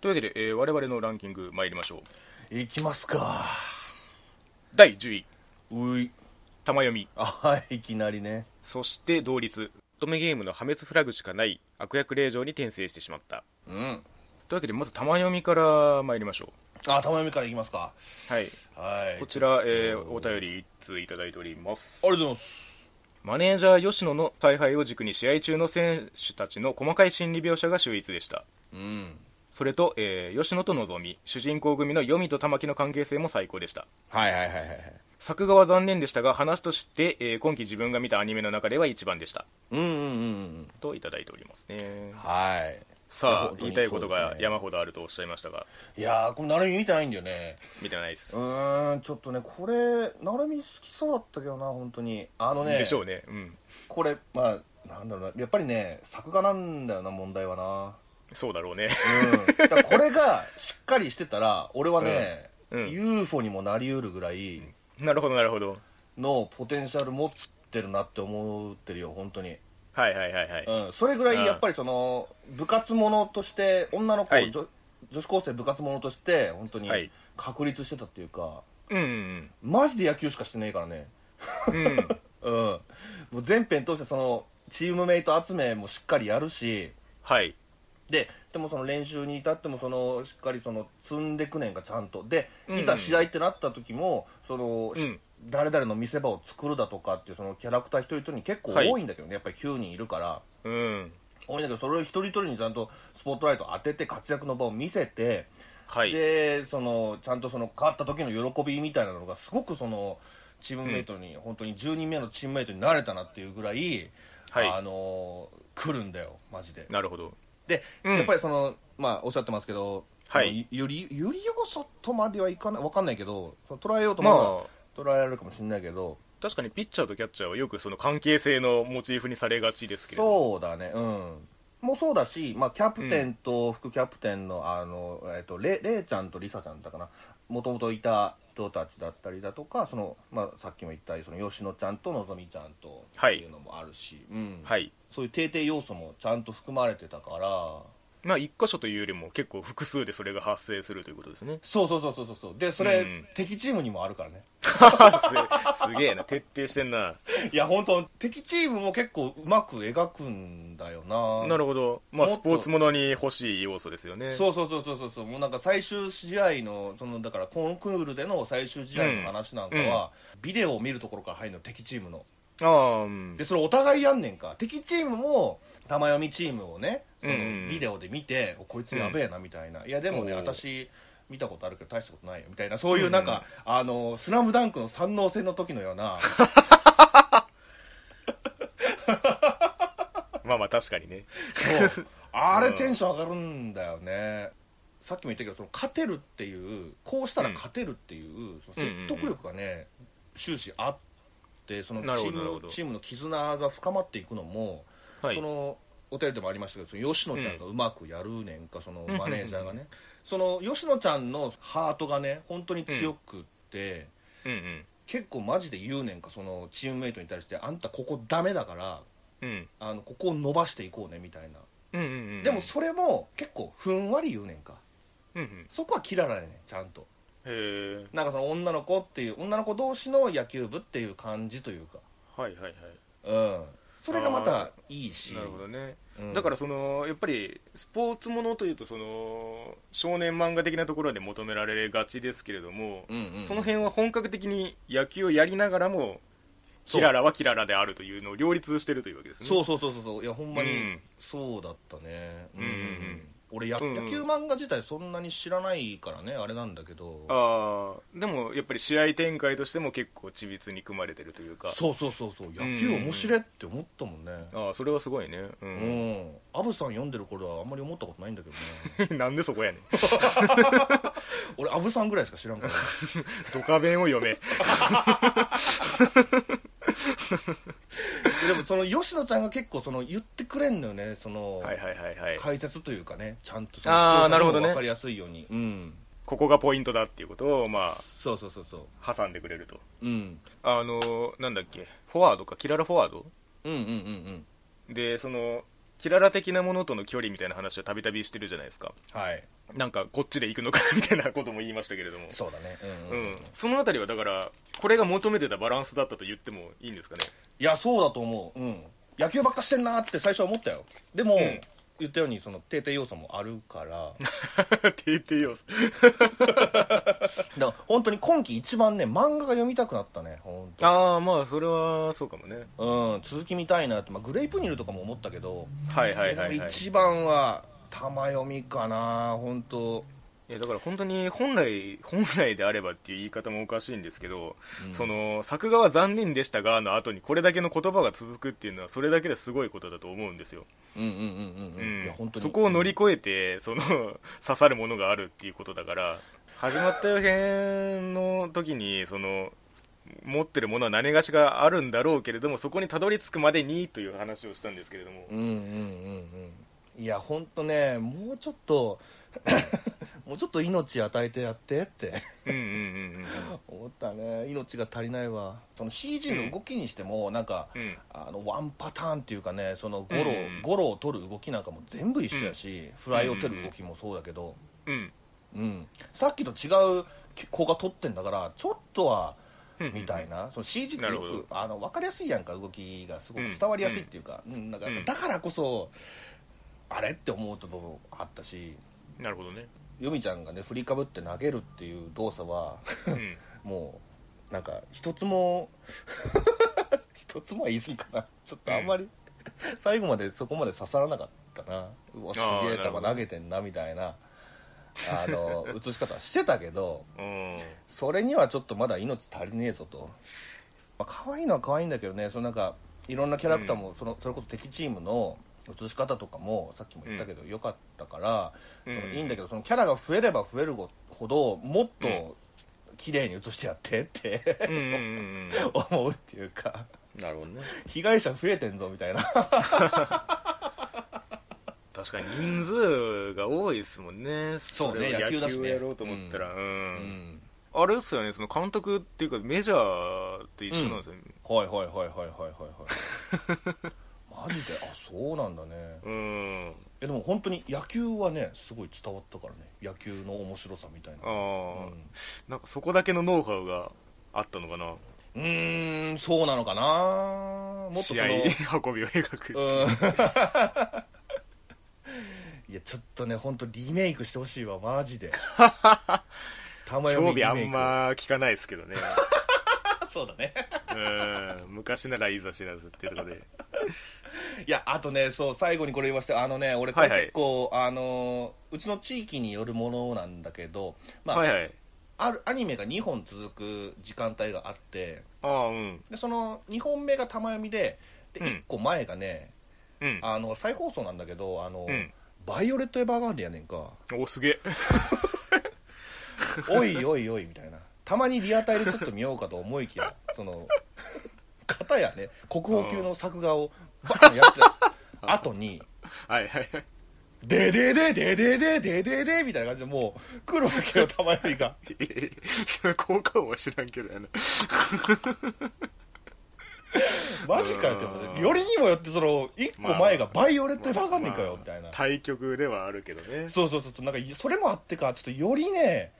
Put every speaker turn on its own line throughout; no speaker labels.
というわけで、えー我々のランキング参りましょう
いきますか
第10位
うい
玉読み
あはいいきなりね
そして同率乙女ゲームの破滅フラグしかない悪役令嬢に転生してしまった
うん
というわけでまず玉読みから参りましょ
あ玉みからいきますか
うはい
はい
こちら、えーお便り1通いただいております
ありがとうございます
マネージャー吉野の采配を軸に試合中の選手たちの細かい心理描写が秀逸でした
うん
それと、えー吉野とのぞみ主人公組の読みと玉木の関係性も最高でした
はいはいはいはいはい
作画は残念でしたが話として、えー今季自分が見たアニメの中では一番でした
うんうんうんうん
といただいておりますね
はいいや
さあ
本当
言
に
いたいこと
そう
が
ですね
山ほどあるとおっしゃいましたが
いやーこれなるみ見てないんだよね
見てないです
うーんちょっとねこれなるみ好きそうだったけどな本当にあのね
でしょうねうん
これまあなんだろうなやっぱりね作画なんだよな問題はな
そうだろうね
うんだからこれがしっかりしてたら俺はね、
うんうん
UFO にもなりうるぐらい
なるほどなるほど
のポテンシャル持ってるなって思ってるよ本当に、
はいはいはいはい、
うん、それぐらいやっぱりその部活ものとして女の子、
はい
女女子高生部活ものとして本当に
はい
確立してたっていうか
うん
マジで野球しかしてねえからね
うんうん、うん、
うんもう全編通してそのチームメイト集めもしっかりやるし
はい
ででもその練習に至ってもそのしっかりその積んでくねんがちゃんとで
うん
いざ試合ってなった時もその、し
うん
誰々の見せ場を作るだとかっていうそのキャラクター一人一人に結構
はい
多いんだけどね、やっぱり9人いるから
うん
多いんだけどそれを一人一人にちゃんとスポットライトを当てて活躍の場を見せて、
はい
でそのちゃんとその勝った時の喜びみたいなのがすごくそのチームメイトに、本当に10人目のチームメイトになれたなっていうぐらい、
はい
あの来るんだよマジで。
なるほど
で、
うん
やっぱりそのまあおっしゃってますけど、
はい
もうゆりゆりよそとまではいかないわかんないけどその捉えようとまだ
まあ
捉えられるかもしれないけど、
確かにピッチャーとキャッチャーはよくその関係性のモチーフにされがちですけれど
そうだねうんもうそうだし、まあ、キャプテンと副キャプテンの,、あのえっとれれいちゃんとりさちゃんだったかなもともといた人たちだったりだとかその、まあ、さっきも言ったその吉野ちゃんとのぞみちゃんと
はい
っていうのもあるし、うん
はい
そういう定定要素もちゃんと含まれてたから
まあ一箇所というよりも結構複数でそれが発生するということですね
そうそうそうそうそうでそれ、
うん
敵チームにもあるからね
す すげえな徹底してんない
や本当敵チームも結構うまく描くんだよな
なるほどまあ
もっ
ス
と
ポーツものに欲しい要素ですよね
そうそうそうそうそうそうもうなんか最終試合のそのだからコンクールでの最終試合の話なんかは、ビデオを見るところから入るの敵チームの
ああうん
でそれお互いやんねんか敵チームも玉読みチームをねその
うん
ビデオで見て、おこいつやべえなみたいな、いやでもね
おう
私見たことあるけど大したことないよみたいなそういうなんか「あのスラムダンクの三能戦の時のような
まあまあ確かにね
そうあれテンション上がるんだよね、さっきも言ったけどその勝てるっていうこうしたら勝てるっていう、その説得力がね終始あってそのチ
なるほ
ー
どなるほど
ムチームの絆が深まっていくのも、
はい
そのお便りでもありましたけどその吉野ちゃんがうまくやるねんか、そのマネージャーがねその吉野ちゃんのハートがね本当に強くって。
うんうん
結構マジで言うねんかそのチームメイトに対してあんたここダメだから
うん
あのここを伸ばしていこうねみたいな
うんうんうん
でもそれも結構ふんわり言うねんか
うんうん
そこは切らないねんちゃんと
へえ
なんかその女の子っていう女の子同士の野球部っていう感じというか
はいはいはい
うんそれがまたいいし
なるほどね
うん
だからそのやっぱりスポーツものというとその少年漫画的なところで求められがちですけれども、
うんうんうん
その辺は本格的に野球をやりながらも
そ
キ
う
ララはキララであるというのを両立してるというわけですね
そうそうそうそうそういやほんま
う
に
ん
そうだったねうん
うんうんうん
俺や
うんうん
野球漫画自体そんなに知らないからねあれなんだけど
ああでもやっぱり試合展開としても結構緻密に組まれてるというか
そうそうそうそう野球面白いって思ったもんね
ああそれはすごいねう、
うんんアブさん読んでる頃はあんまり思ったことないんだけど ね
なんでそこやねん
俺アブさんぐらいしか知らんから
ドカベンを読め
でもその吉野ちゃんが結構その言ってくれんのよねその
はいはいはいはい
解説というかねちゃんとそ
あー
の視
な
聴
るほ
者に
ど
も
ね
分かりやすいように、うん
ここがポイントだっていうことをま
そうそうそうそう
あ挟んでくれると
うん
あのなんだっけフォワードかキララフォワード
うんうんうんうん
でそのキララ的なものとの距離みたいな話はたびたびしてるじゃないですか
はい
なんかこっちで行くのかなみたいなことも言いましたけれども
そうだねう
うん
うん、
ん
い、
そのあたりはだからこれが求めてたバランスだったと言ってもいいんですかね
やそうだと思う、うん、野球ばっかしてんなって最初は思ったよでも、
ん
言ったようにその定定要素もあるから
って言っていいよ
だから本当に今季一番ね漫画が読みたくなったね本当
ああまあそれはそうかもね
うん続き見たいなって、まあ、グレイプニルとかも思ったけど、
はいはいはい、はい、
でも一番は玉読みかな本当
いやだから本当に本来 本来であればっていう言い方もおかしいんですけど、
うん
その作画は残念でしたがの後にこれだけの言葉が続くっていうのはそれだけですごいことだと思うんですよ、
うんうんうんうんうん、
うん
いや本当に
そこを乗り越えてその 刺さるものがあるっていうことだから始まった予編の時にその持ってるものは何がしがあるんだろうけれどもそこにたどり着くまでにという話をしたんですけれども、
うんうんうんうんいや本当ねもうちょっと もうちょっと命与えてやってって
うんうんうん
思ったね命が足りないわその CG の動きにしても、なんか、
うんうん
あのワンパターンっていうかねそのゴロ,、
うん
ゴロを取る動きなんかも全部一緒やし、フライを取
うん
る動きもそうだけど、
うん
うん、さっきと違う子が撮ってんだからちょっとはみたいなその CG ってよ
なるほ
くあの分かりやすいやんか動きがすごく伝わりやすいっていうか,、うん、なんか
うん
だからこそあれって思うとこもあったし
なるほどね、
由美ちゃんがね振りかぶって投げるっていう動作は
うん
もうなんか一つも 一つもは言い過ぎかなちょっとあんまり、最後までそこまで刺さらなかったなうわす
あー
げえ
なるほ
球
ど
投げてんなみたいなあの映し方はしてたけど。
うん
それにはちょっとまだ命足りねえぞと、まあ可愛いのは可愛いんだけどねそのなんかいろんなキャラクターも、そのそれこそ敵チームの映し方とかもさっきも言ったけど良かったから、
うん
そのいいんだけどそのキャラが増えれば増えるほどもっ
う
と綺麗に映してやってって
うんうんうん
思うっていうか
うんなるほどね
被害者増えてんぞみたいな
確かに人数が多いですもんね
そうね
れを
野球だしね
をやろうと思ったら、うん
うん
あれですよねその監督っていうかメジャーって一緒なんですよね
はいはいはいはいはいはいはいマジであそうなんだね
うん、
いやでも本当に野球はねすごい伝わったからね野球の面白さみたいな
ああ、
うん
なんかそこだけのノウハウがあったのかな
うーんそうなのかなもっとそ
試合
の
運びを描く、
うん いやちょっとね本当リメイクしてほしいわ マジで玉読
興
み
味
リ
あ
メイ
ん
ク
ま聞かないですけ どね
そうだね
うん昔ならいざ知らずっていうところで
いやあとねそう最後にこれ言わせてあのね俺こ
は
れ
いはい
結構、あのうちの地域によるものなんだけど、 まあ
はいはい
あるアニメが2本続く時間帯があって
ああうん
でその2本目が玉読みでで
うん
1個前がね、
うん
あの再放送なんだけどあの、
うん
バイオレット・エヴァーガーデンやねん か
おすげえ
おいおいおいみたいなたまにリアタイでちょっと見ようかと思いきやその 片やね国宝級の作画をバーンやってた後に
はいはい はい
「ででででででででで」みたいな感じでもう来るわけよ玉読みが
いやいやその効果音は知らんけどやな
マジかよって思ってよりにもよってその1個前がバイオレット・エヴァーガーデンかよみたいな
まあ対局ではあるけどね
そうそうそうそうなんかそれもあってかちょっとよ りね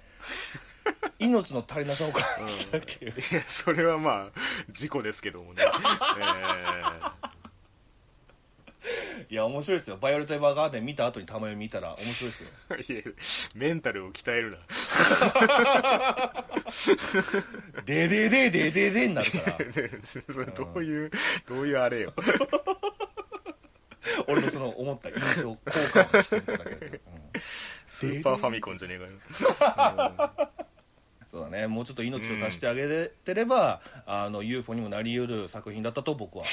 命の足りなさを感じたっていう、
いやそれはまあ事故ですけどもね、え
いや面白いですよ「バイオレット・エヴァーガーデン」見た後に玉読み見たら面白いですよ
ーいやメンタルを鍛えるな
「でででででで」になるから
それどういうどういうあれよ
俺のその思った印象効果をしてみただけで、うん
スーパーファミコンじゃねえかよ
そうだねもうちょっと命を足してあげてれば、あの UFO にもなり得る作品だったと僕は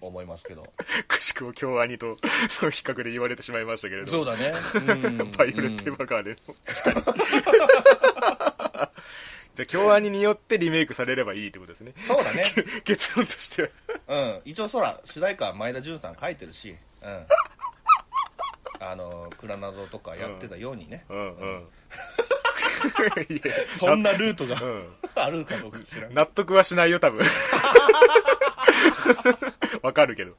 思いますけど
くしくも京アニとその比較で言われてしまいましたけれど
そうだ ね、うん、
バイオレット・エヴァガーデンの確かにじゃあ京アニによってリメイクされればいいってことですね
そうだね
結論としては
うん、一応そら主題歌は前田純さん書いてるし、うん、あの「クラナド」とかやってたようにね、
うんうん い
そんなルートが
やうん
あるかどうか知らん
納得はしないよ多 分わかるけど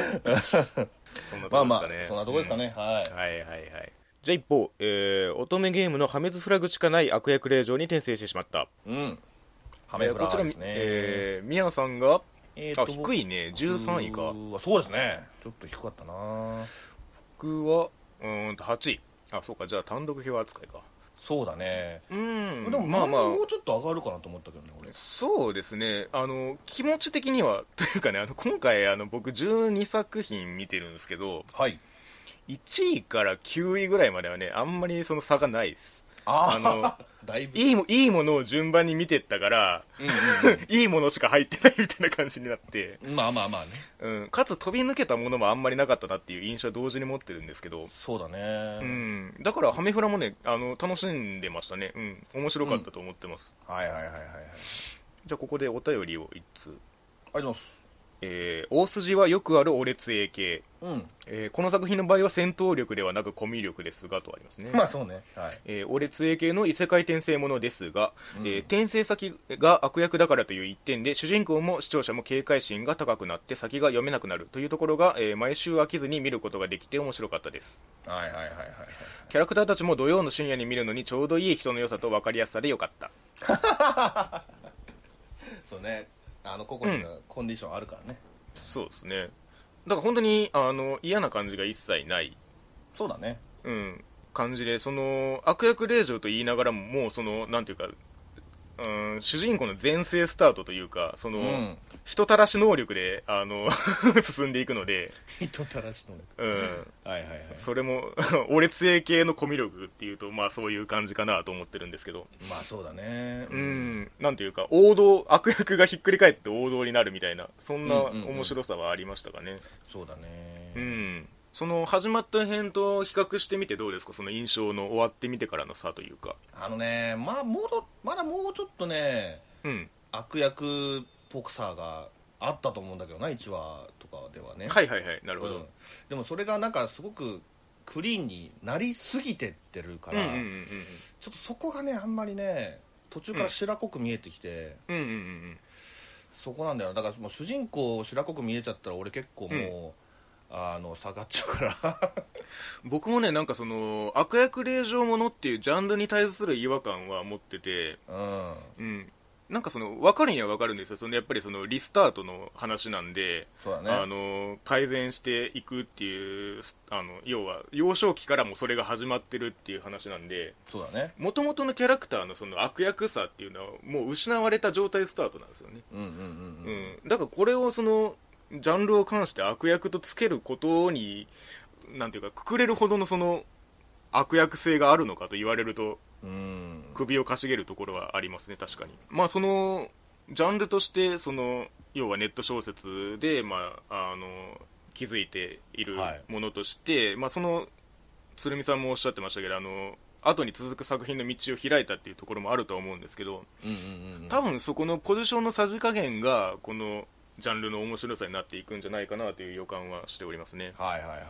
そんなと
まあ
こですか
まあ
ね
そんなとこですかね、はい
はいはいはいじゃあ一方、えー乙女ゲームの破滅フラグしかない悪役令状に転生してしまった
うんハメフラ
えーこち
ー
ら
ですね
えー宮野さんが、
え
あ低いね13位か
かそうですねちょっと低かったな
僕はうーんと8位あそうかじゃあ単独票扱いか
そうだね、
うーん
でも
ま
ま
あ
あ
ま
ま
あ
あもうちょっと上がるかなと思ったけどね俺
そうですねあの気持ち的にはというかねあの今回あの僕12作品見てるんですけど
はい
1位から9位ぐらいまではねあんまりその差がないです
ああ だいぶ
いいもいいものを順番に見てったから
うんうんうん
いいものしか入ってないみたいな感じになって、
まあまあまあね
うん、かつ飛び抜けたものもあんまりなかったなっていう印象を同時に持ってるんですけど、
そうだね、
うん、だからハメフラもねあの楽しんでましたね、うん、面白かったと思ってます、
はいはいはいはいはい
じゃあここでお便りを1通、
ありがとうございます
えー大筋はよくあるオレツ AK、
うん
えーこの作品の場合は戦闘力ではなくコミュ力ですがとありますね
まあそうねはい
えー、オレツ AK の異世界転生ものですが、
うん
えー転生先が悪役だからという一点で主人公も視聴者も警戒心が高くなって先が読めなくなるというところが、えー毎週飽きずに見ることができて面白かったです
はいはいはいはいはい
キャラクターたちも土曜の深夜に見るのにちょうどいい人の良さと分かりやすさでよかった
そうねあの個々にコンディションあるからね、
そうですねだから本当にあの嫌な感じが一切ない、
そうだね
うん、感じでその悪役令嬢と言いながらももうそのなんていうかうん主人公の前世スタートというかその、
うん
人たらし能力であの 進んでいくので、
人たらしの
うん、
はいはいはい
それも 俺杖系のコミュ力っていうと、まあ、そういう感じかなと思ってるんですけど、
まあそうだね
うんなんていうか王道悪役がひっくり返って王道になるみたいなそんな
うんうんうん
面白さはありましたかね
そうだね
うん、その始まった編と比較してみてどうですかその印象の終わってみてからの差というか
あのねまあもどまだもうちょっとね
うん
悪役っぽくさがあったと思うんだけどな1話とかではね
はいいはいはいなるほど、
うん、でもそれがなんかすごくクリーンになりすぎてってるか
うん、う
ら、
んうんうん
ちょっとそこがねあんまりね途中から白濃く見えてきて、
うんうんうんうん
そこなんだよだからもう主人公白濃く見えちゃったら俺結構もう、あの下がっちゃうから
僕もねなんかその悪役令嬢ものっていうジャンルに対する違和感は持ってて、
うん
うん、なんかその分かるには分かるんですよそのやっぱりそのリスタートの話なんで、
そうだ
あ
ね
の改善していくっていうあの要は幼少期からもうそれが始まってるっていう話なんで
そうだね
元々のキャラクターのその悪役さっていうのはもう失われた状態スタートなんですよね、
うんうんうんうん、
うん、だからこれをそのジャンルを関して悪役とつけることになんていうかくくれるほどのその悪役性があるのかと言われると
うん
首をかしげるところはありますね確かにまあそのジャンルとしてその要はネット小説で、まあ、あの気づいている
はい
ものとして、まあ、その鶴見さんもおっしゃってましたけどあの後に続く作品の道を開いたっていうところもあるとは思うんですけど、
うんうんうん
多分そこのポジションのさじ加減がこのジャンルの面白さになっていくんじゃないかなという予感はしておりますね。
はいはいはい、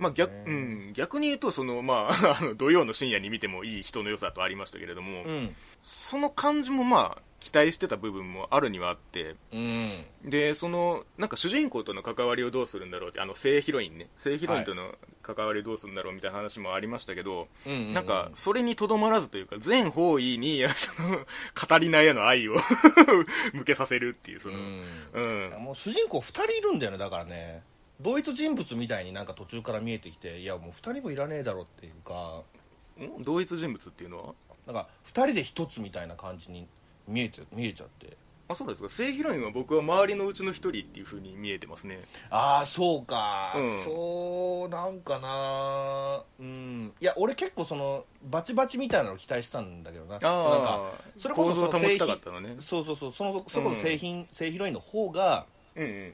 まあ逆
そう
う
だね
ん、逆に言うとその、まあ、あ の土曜の深夜に見てもいい人の良さとありましたけれども、
うん
その感じもまあ期待してた部分もあるにはあって
うん
でそのなんか主人公との関わりをどうするんだろうってあの性ヒロインね性ヒロインとの関わりをどうするんだろうみたいな話もありましたけど、
うん
なんかそれにとどまらずというか全方位にい やその語りないへの愛を 向けさせるっていうその、うん
もう主人公2人いるんだよねだからね同一人物みたいになんか途中から見えてきていやもう2人もいらねえだろっていうか
ん同一人物っていうのは
なんか2人で1つみたいな感じに見えて見えちゃって
あそうですか性ヒロインは僕は周りのうちの一人っていう風に見えてますね
ああそうか、
うん
そうなんかなうんいや俺結構そのバチバチみたいなの期待したんだけどななんか
あー
それこそ
構造を保ちたかっ
そ
たのね
そうそうそうそのそれこそ製品、製ヒロインの方が
うんうん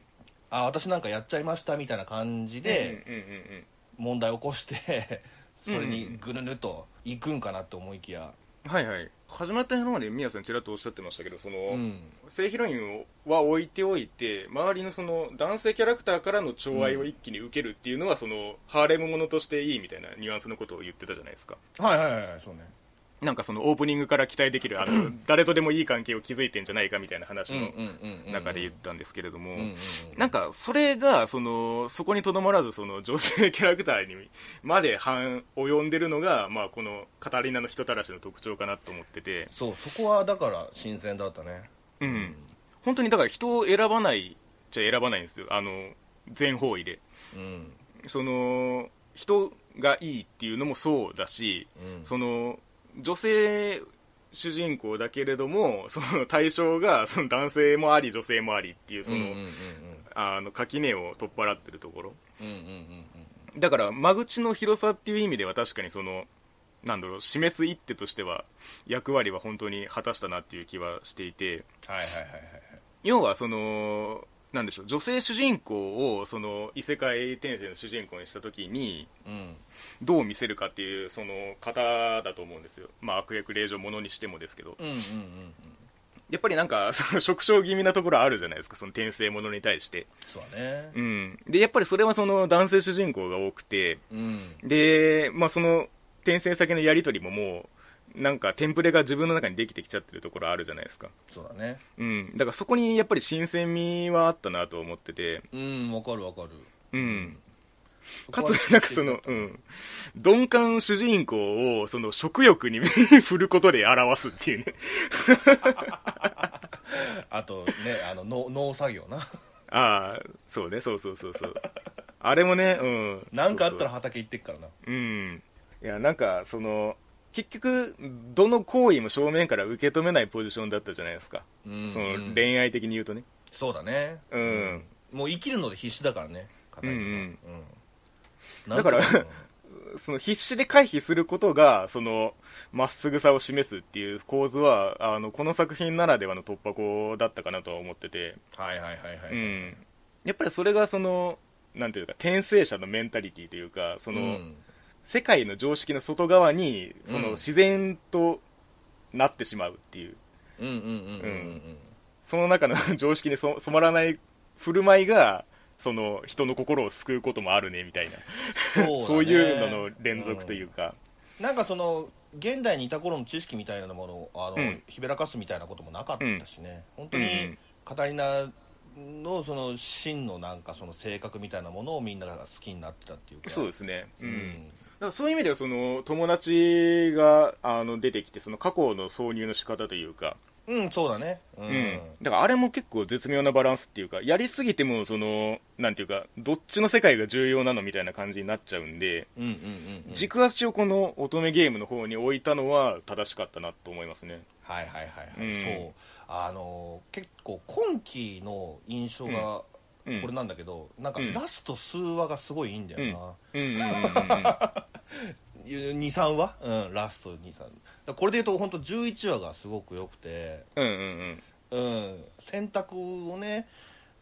あ私なんかやっちゃいましたみたいな感じで
うんうんうんうん
問題起こしてそれ
うんうん
にぐぬぬと行くんかなって思いきや
はいはい始まった辺まで宮さんちらっとおっしゃってましたけどその、
うん
性ヒロインは置いておいて周りのその男性キャラクターからの寵愛を一気に受けるっていうのは、そのハーレムものとしていいみたいなニュアンスのことを言ってたじゃないですか
はいはいはいはいそうね
なんかそのオープニングから期待できるあの誰とでもいい関係を築いてんじゃないかみたいな話の中で言ったんですけれども、なんかそれがそのそこにとどまらずその女性キャラクターにまで反及んでるのが、まあ、このカタリナの人たらしの特徴かなと思ってて、
そうそこはだから新鮮だったね
うん、本当にだから人を選ばないじゃ選ばないんですよあの全方位で
うん
その人がいいっていうのもそうだし、
うん
その女性主人公だけれどもその対象がその男性もあり女性もありっていうその、
うんうんうんうん
あの垣根を取っ払ってるところ
うんうんうん
だから間口の広さっていう意味では確かにそのなんだろう示す一手としては役割は本当に果たしたなっていう気はしていて
はいはいはいはい
要はそのなんでしょう女性主人公をその異世界転生の主人公にした時に
うん
どう見せるかっていうその方だと思うんですよ、まあ、悪役令嬢ものにしてもですけど
うんうんうんうん
やっぱりなんかその触傷気味なところあるじゃないですかその転生ものに対して、
そうだね
うん、でやっぱりそれはその男性主人公が多くて
うん
で、まあ、その転生先のやり取りももうなんかテンプレが自分の中にできてきちゃってるところあるじゃないですか、
そうだね
うん、だからそこにやっぱり新鮮味はあったなと思ってて
うんわかるわかる
うん
そ
か
こは
つ、なんかその、うん、鈍感主人公を、その食欲に 振ることで表すっていうね。
あとね あの農農作業な
ああ、そうね、そうそうそうそう。あれもね、うん。
なんかあったら
そう
畑行ってっからな
そううん。いや、なんか、その、結局、どの行為も正面から受け止めないポジションだったじゃないですか。
うん
そ
うん
の、恋愛的に言うとね。
そうだね
うん
もう生きるので必死だからね片桐は
うんうん
うん
だから
な んか
その必死で回避することが、その、まっすぐさを示すっていう構図は、あの、この作品ならではの突破口だったかなとは思ってて。
はいはいはいはい、
うん、やっぱりそれがそのなんていうか転生者のメンタリティというかその、
うん
世界の常識の外側にそ
うん
の自然となってしまうっていう
うんうんうんうんうん
その中の 常識にそ染まらない振る舞いがその人の心を救うこともあるねみたいな
そうだね
そういうのの連続というか、
なんかその現代にいた頃の知識みたいなものをあの、
うん
ひべらかすみたいなこともなかったしね、本当
うんう
に
ん
カタリナのその真のなんかその性格みたいなものをみんなが好きになってたっていうか
そうですね、う
うんん
だからそういう意味ではその友達があの出てきてその過去の挿入の仕方というか、
うん、そうだねうん、
うん、だからあれも結構絶妙なバランスっていうかやりすぎてもそのなんていうかどっちの世界が重要なのみたいな感じになっちゃうんで、
うんうんうんうん
軸足をこの乙女ゲームの方に置いたのは正しかったなと思いますね
はいはいはいはい、
うん
そうあの結構今期の印象が
うん
これなんだけど、なんか
うん
ラスト数話がすごいいいんだよな、
うんうんうんうん
23話、うん、ラスト23だこれでいうと本当11話がすごく良くて、
うんうんうん
うん、選択をね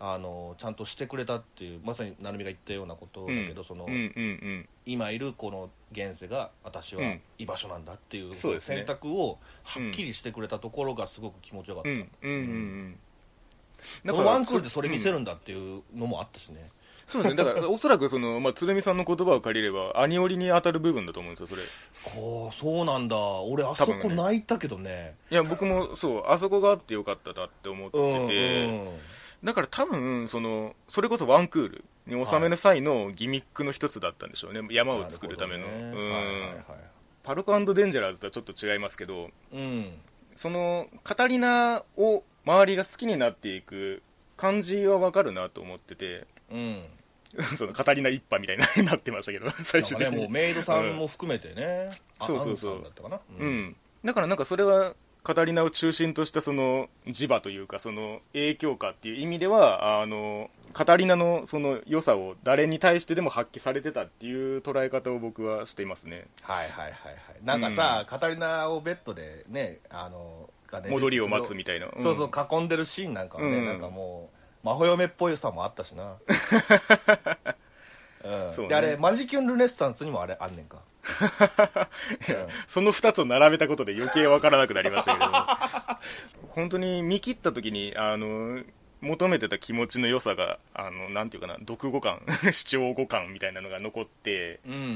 あのちゃんとしてくれたっていうまさに成美が言ったようなことだ
うん
けど、その
うんうん
今いるこの現世が私は
うん
居場所なんだっていう,、
そうですね
選択をはっきりしてくれたところがすごく気持ちよかっ
う
た、
んうんうんうん
このワンクールでそれ見せるんだっていうのもあったしね、
そうですねだ からおそらくその、まあ、鶴見さんの言葉を借りれば兄折に当たる部分だと思うんですよそれ
こうそうなんだ俺あそ
多
こ
分ね
泣いたけどね
いや僕もそうあそこがあってよかったなって思って
う
て、
んうん
だから多分そのそれこそワンクールに収める際のギミックの一つだったんでしょうね、山を作るための、
なるほど
う
ね
ん
はいはいはい
パルコデンジャラーズとはちょっと違いますけど
うん
そのカタリナを周りが好きになっていく感じはわかるなと思ってて
うん、
そのカタリナ一派みたいになってましたけど
な
最
ん
終
か
的
ね
に
もうメイドさんも含めてね、あ
そうそうそう
アンさんだったかな
うん、だからなんかそれはカタリナを中心としたその磁場というかその影響下っていう意味ではあのカタリナのその良さを誰に対してでも発揮されてたっていう捉え方を僕はしていますね
はいはいはいはいなんかさ、カタリナをベッドでねあのがね
戻りを待つみたいな、
そうそう囲んでるシーンなんかはね、
うん
なんかもう真帆嫁っぽいさもあったし なうん
そうね
であれマジキュンルネッサンスにもあれあんねん か、うん
その2つを並べた ことで余計わからなくなりましたけれども本当に見切った時にあの求めてた気持ちの良さがあのなんていうかな独語感 主張語感みたいなのが残って、
うんうん
う
う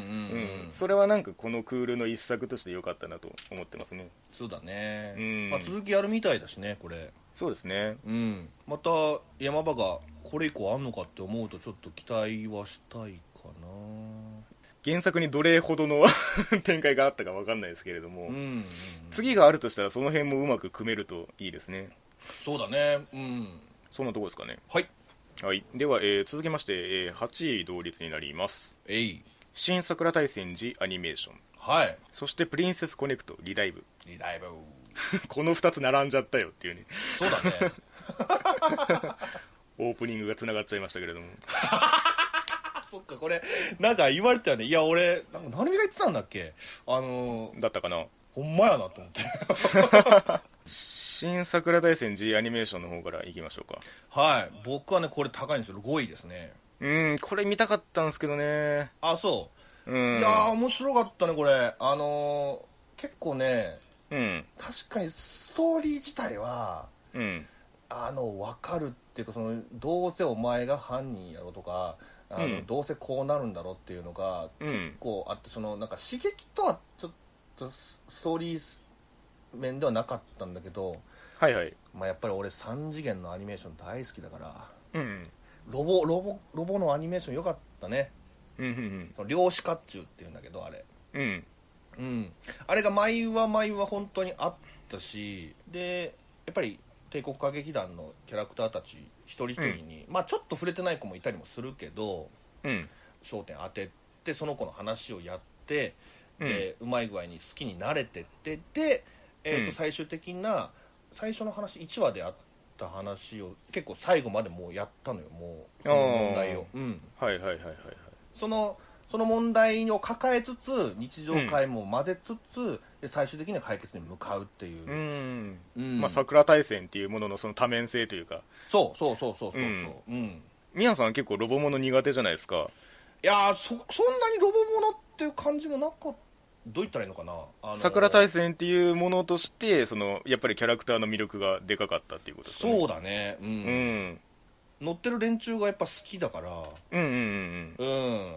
んん、
それはなんかこのクールの一作として良かったなと思ってますね
そうだね、
うん
まあ、続きやるみたいだしねこれ
そうですね
うんまた山場がこれ以降あんのかって思うとちょっと期待はしたいか
原作にどれほどの 展開があったか分かんないですけれども、
なうん、うん、
次があるとしたらその辺もうまく組めるといいですね
そうだねうん
そんなとこですかね
はい
はいでは、えー続きまして、えー8位同率になります
えい
新桜大戦時アニメーション
はい
そしてプリンセスコネクトリダイブ
リダイブ
この2つ並んじゃったよっていうね
そうだね
オープニングがつながっちゃいましたけれども
あ そっかこれなんか言われてたよねいや俺なんか何が言ってたんだっけあのー
だったかな
ほんまやなと思って
新桜大戦 G アニメーションの方からいきましょうか
はい僕はねこれ高いんですよ5位ですね
うんこれ見たかったんですけどね
あそうう、
ん
いやー面白かったねこれあのー結構ね
うん
確かにストーリー自体は
うん
あの分かるっていうかそのどうせお前が犯人やろとかあの、
うん
どうせこうなるんだろっていうのが
うん
結構あって、そのなんか刺激とはちょっとスストーリー面ではなかったんだけど、
はいはい
まあ、やっぱり俺3次元のアニメーション大好きだから
うん
ロボロボロボのアニメーション良かったね
うんうん
その量子甲冑っていうんだけどあれ
うんうん
うん、あれが毎は毎は本当にあったしでやっぱり帝国歌劇団のキャラクターたち一人一人に、まあ、ちょっと触れてない子もいたりもするけど
うん
焦点当ててその子の話をやってで、うまい具合に好きになれてってで、えーと
うん
最終的な最初の話1話であった話を結構最後までもうやったのよもうこの問題を。うん
はいはいはいはいはい
そのその問題を抱えつつ日常会も混ぜつつ、で最終的には解決に向かうっていう、
うん、
うん
まあ桜大戦っていうもののその多面性というか
そうそうそうそうそうそう、う
うんん宮さん結構ロボもの苦手じゃないですか
いやーそそんなにロボものっていう感じもなかったどう言ったらいいのかな、あの
桜大戦っていうものとしてそのやっぱりキャラクターの魅力がでかかったっていうことですかね
そうだね、うん
うん
乗ってる連中がやっぱ好きだから
うんうんうん
うん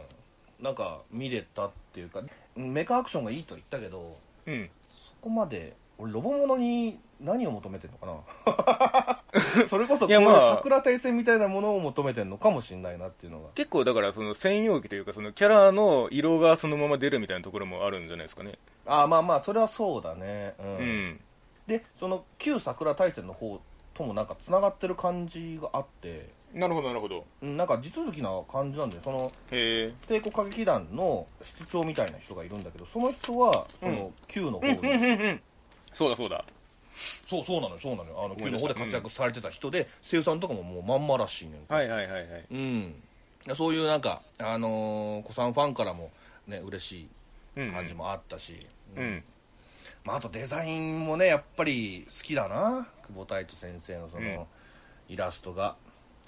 なんか見れたっていうかうんメカアクションがいいとは言ったけど
うんうん
そこまで俺ロボものに何を求めてんのか なそれこそ
いやまあ
こういう桜大戦みたいなものを求めてんのかもしれないなっていうのが
結構だからその専用機というかそのキャラの色がそのまま出るみたいなところもあるんじゃないですかね
ああまあまあそれはそうだねうん、
うん
でその旧桜大戦の方ともなんかつながってる感じがあって
なるほどなるほど
うんなんか地続きな感じなんだよその
へえ
帝国歌劇団の室長みたいな人がいるんだけどその人はその旧の方で、
うんそうだそうだ
そうそうなのよそうなのよあ
思
の旧
い
の
出し
方
た
で活躍されてた人で声優さんとかももうまんまらしいねんか
はいはいはいはい
うん、そういうなんか、あのー、子さんファンからもね嬉し
うん
い感じもあったし、
う
うん
ん
まあ、あとデザインもねやっぱり好きだな久保太一先生のその、イラストが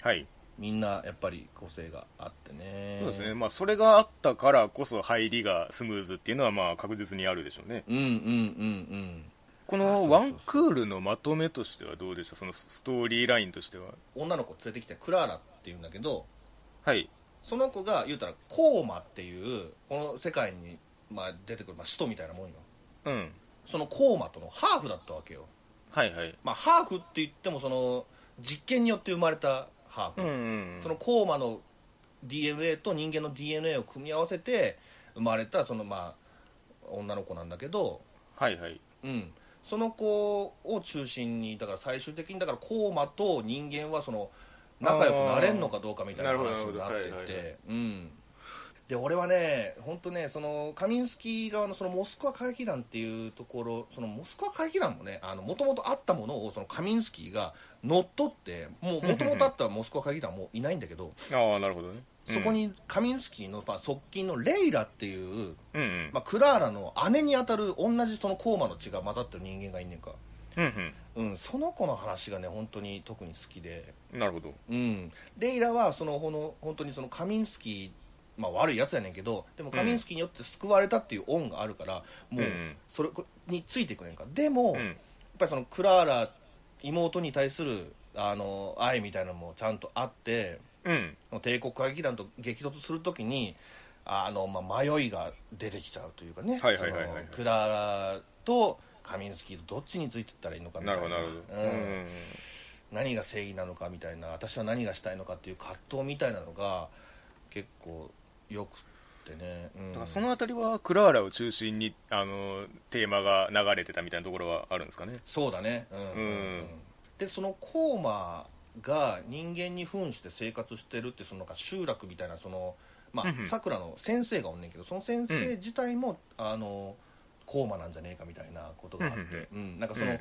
はい
みんなやっぱり個性があってね
そうですねまあそれがあったからこそ入りがスムーズっていうのはまあ確実にあるでしょうね
うんうんうんうん
こ
あそうそうそう
のワンクールのまとめとしてはどうでしたそのストーリーラインとしては
女の子連れてきてクラーラっていうんだけど
はい
その子が言うたらコーマっていうこの世界に、まあ、出てくる、まあ、使徒みたいなもんよ
うん
そのコーマとのハーフだったわけよ
はいはい
まあ、ハーフって言ってもその実験によって生まれたハ
う
ー
ん
フ、
うん
そのコーマの DNA と人間の DNA を組み合わせて生まれたそのまあ女の子なんだけど、
はいはい
うん、その子を中心にだから最終的にだからコーマと人間はその仲良くなれんのかどうかみたいな
あーなる
話
ほ
に
ど
なって
はい
っ
はいは
てうんで俺はね本当ねそのカミンスキー側のそのモスクワ歌劇団っていうところそのモスクワ歌劇団もねもともとあったものをそのカミンスキーが乗っ取ってもともとあったモスクワ歌劇団はもういないんだけど
ああなるほどね
そこにカミンスキーのまあ側近のレイラっていう、
うんうん
まあ、クラーラの姉にあたる同じそのコーマの血が混ざってる人間がいんねんか。
うんうん
うん、その子の話がね本当に特に好きで、
なるほど
うん、レイラはそのほの本当にそのカミンスキー、まあ、悪いやつやねんけどでもカミンスキーによって救われたっていう恩があるから、もう
うん
それについてくれんかでも、
う
やっ
ん
ぱりそのクラーラ妹に対するあの愛みたいなのもちゃんとあって
うん
帝国歌劇団と激突するときにあの、まあ、迷いが出てきちゃうというかね
はいはいはいはいはい
そのクララとカミンスキーとどっちについてったらいいのかみた
ないる
な
ほどなるほど、
うん
うん
何が正義なのかみたいな私は何がしたいのかっていう葛藤みたいなのが結構よくってね、うん
だからその辺りはクラーラを中心にあのテーマが流れてたみたいなところはあるんですかね
そうだねうん、
うん
でそのコーマが人間に扮して生活してるってそのなんか集落みたいなそのま
うんう
あ
ん
さくらの先生がおんねんけどその先生自体も、あのコーマなんじゃねえかみたいなことがあって、うんなんかその、
うん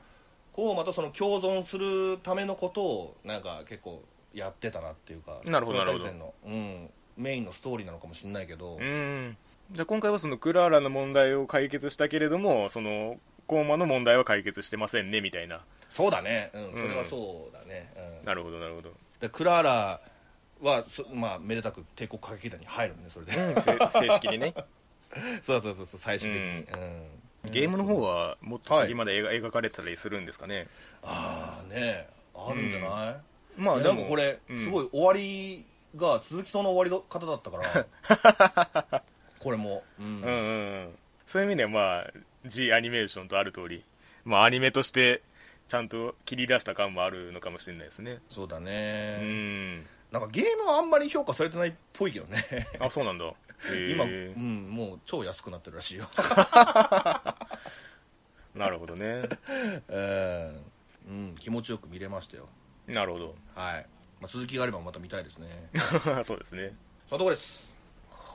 コーマとその共存するためのことをなんか結構やってたなっていうか
なるほど
桜大
なる
戦の、うん、メインのストーリーなのかもしれないけど、
うんじゃあ今回はそのクラーラの問題を解決したけれどもそのコーマの問題は解決してませんねみたいな
そうだね、うん、
うん
それはそうだね、うん、
なるほどなるほど
でクラーラはそまあ、めでたく帝国歌劇団に入るのねそれで
せ正式 にね
そうそうそうそう最終的に、うん
ゲームの方はもっと
は
先
い
まで描,、描かれたりするんですかね
ああねあるんじゃない、
ま
いやなんかこれ、
うん
すごい終わりが続きそうな終わり方だったから これも、うん
うんうんうんそういう意味ではまあ G アニメーションとある通りまあアニメとしてちゃんと切り出した感もあるのかもしれないですね
そうだ
う
ね、
ん
なんかゲームはあんまり評価されてないっぽいけどね
あそうなんだへー
今、うん、もう超安くなってるら しいよ、
なるほどね
うんうん、気持ちよく見れましたよ
なるほど
はい、まあ、続きがあればまた見たいですね
そうですね
そのとこです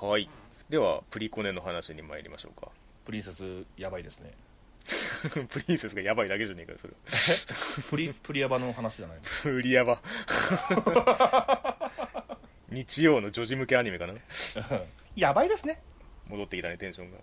はいではプリコネの話に参りましょうか
プリンセスやばいですね
プリンセスがやばいだけじゃねえかよそれ
プリプリヤバの話じゃない
プリヤバ日曜の女児向けアニメかな
やばいですね
戻ってきたねテンションが
あ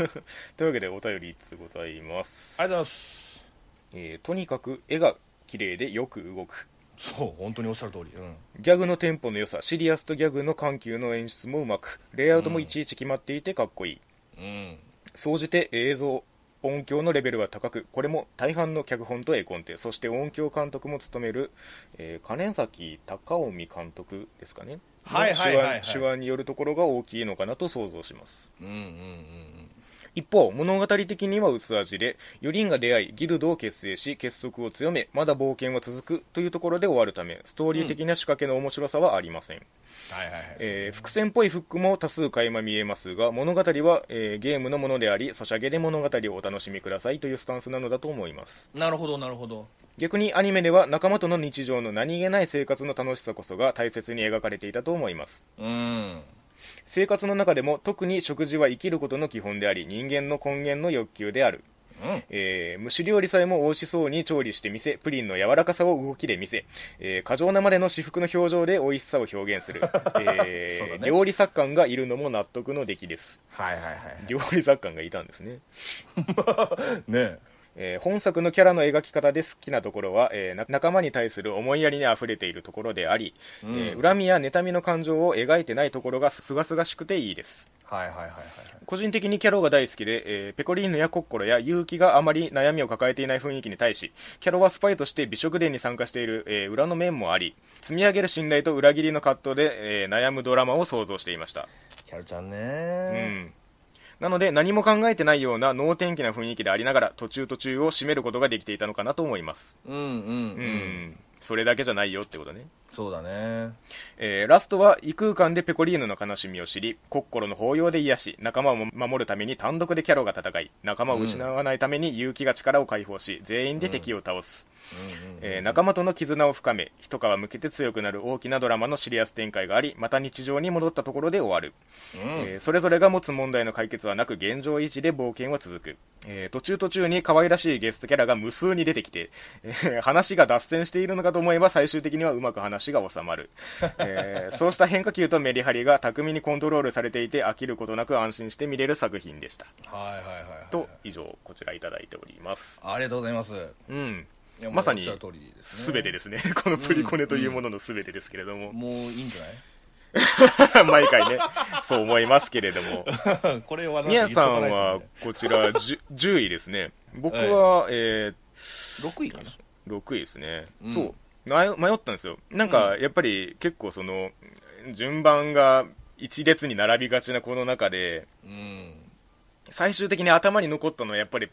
りがとう
というわけでお便り1つございます、
ございます
えーとにかく絵が綺麗でよく動く
そう本当におっしゃる通りうん
ギャグのテンポの良さシリアスとギャグの緩急の演出もうまくレイアウトもいちいち決まっていてかっこいい
うん
総じて映像音響のレベルが高くこれも大半の脚本と絵コンテそして音響監督も務める、えー金崎隆臣監督ですかね
はいはいはいはい
の手腕手腕によるところが大きいのかなと想像します
うんうんうん
一方物語的には薄味で4人が出会いギルドを結成し結束を強めまだ冒険は続くというところで終わるためストーリー的な仕掛けの面白さはありません、
はいはいはい、
えー伏線っぽいフックも多数垣間見えますが物語は、えーゲームのものでありソシャゲで物語をお楽しみくださいというスタンスなのだと思います
なるほどなるほど
逆にアニメでは仲間との日常の何気ない生活の楽しさこそが大切に描かれていたと思います
うん
生活の中でも特に食事は生きることの基本であり人間の根源の欲求である
うん
えー蒸し料理さえも美味しそうに調理してみせプリンの柔らかさを動きで見せ、えー過剰なまでの至福の表情で美味しさを表現 する、えー
そうだね
料理作家がいるのも納得の出来です
はいはいはい
料理作家がいたんですね、
ね
えー本作のキャラの描き方で好きなところは、えーな仲間に対する思いやりにあふれているところであり、
うん
えー恨みや妬みの感情を描いてないところがすがすがしくていいです
はいはいはいはい
個人的にキャロが大好きで、えーペコリーヌやコッコロや結城があまり悩みを抱えていない雰囲気に対しキャロはスパイとして美食伝に参加している、えー裏の面もあり積み上げる信頼と裏切りの葛藤で、えー悩むドラマを想像していました、
キャルちゃん
うん、
ね
なので何も考えてないような能天気な雰囲気でありながら途中途中を締めることができていたのかなと思います
うんうんうん、
うん、それだけじゃないよってことね
そうだね
えーラストは異空間でペコリーヌの悲しみを知りコッコロの抱擁で癒し仲間を守るために単独でキャロが戦い仲間を失わないために勇気が力を解放し全員で敵を倒す、
うんうん
えー仲間との絆を深め一皮むけて強くなる大きなドラマのシリアス展開がありまた日常に戻ったところで終わる、
うん
えーそれぞれが持つ問題の解決はなく現状維持で冒険は続く、えー途中途中に可愛らしいゲストキャラが無数に出てきて、えー話が脱線しているのかと思えば最終的にはうまく話が収まる、え ーそうした変化球とメリハリが巧みにコントロールされていて飽きることなく安心して見れる作品でした
はいはいはいはい
と以上こちらいただいております
ありがとうございます
うん
いや
まさに
おっしゃる通りですね
全てですねこのプリコネというものの全てですけれども、
もういいんじゃない
毎回ねそう思いますけれども
これはなんか言
宮
っと
さ
か
ん
ないと
は
ね
こちら 10, 10位ですね僕は、えー
6位かな
6位ですね、
うん
そう迷迷ったんですよなんかやっぱり結構その順番が一列に並びがちなこの中で
うん
最終的に頭に残ったのはやっぱり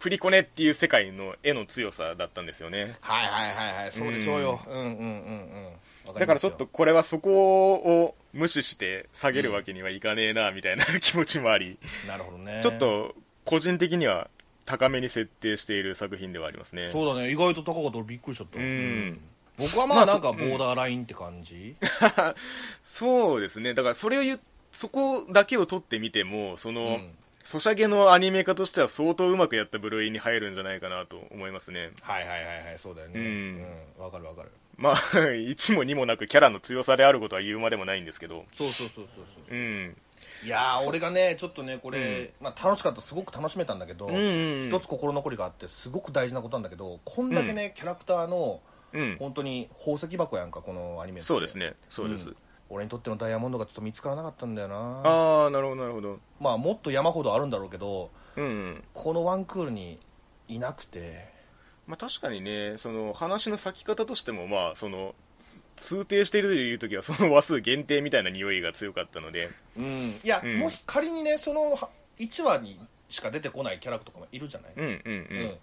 プリコネっていう世界の絵の強さだったんですよね
はいはいはいはいそうでしょうよ、うん、うんうんうんわりますよ
だからちょっとこれはそこを無視して下げるわけにはいかねえなみたいな気持ちもあり、
なるほどね
ちょっと個人的には高めに設定している作品ではありますね
そうだね意外と高かったびっくりしちゃった、
うん
僕はま
ま
あ
あ
なんか
そ
ボーダーラインって感じ、
そうですねだからそれを言うそこだけを取ってみてもその、
うん
ソシャゲのアニメ化としては相当うまくやった部類に入るんじゃないかなと思いますね
はいはいはいはいそうだよね
うん
うんわ、かるわかる
まあ1 も2もなくキャラの強さであることは言うまでもないんですけど
そうそうそうそうそ
う
う、
ん
いやー俺がねちょっとねこれ、まあ、楽しかったすごく楽しめたんだけど、
うんうんうん
一つ心残りがあってすごく大事なことなんだけどこんだけね、キャラクターの
うん
本当に宝石箱やんかこのアニメって
そうですねそうです、
うん俺にとってのダイヤモンドがちょっと見つからなかったんだよな
ああなるほどなるほど
まあもっと山ほどあるんだろうけど
うん、うん
このワンクールにいなくて
まあ、確かにねその話の咲き方としてもまあその通底しているという時はその話数限定みたいな匂いが強かったので
うんいや、
うん
もし仮にねその1話にしか出てこないキャラクターとかもいるじゃない、
うんうんうん、
うん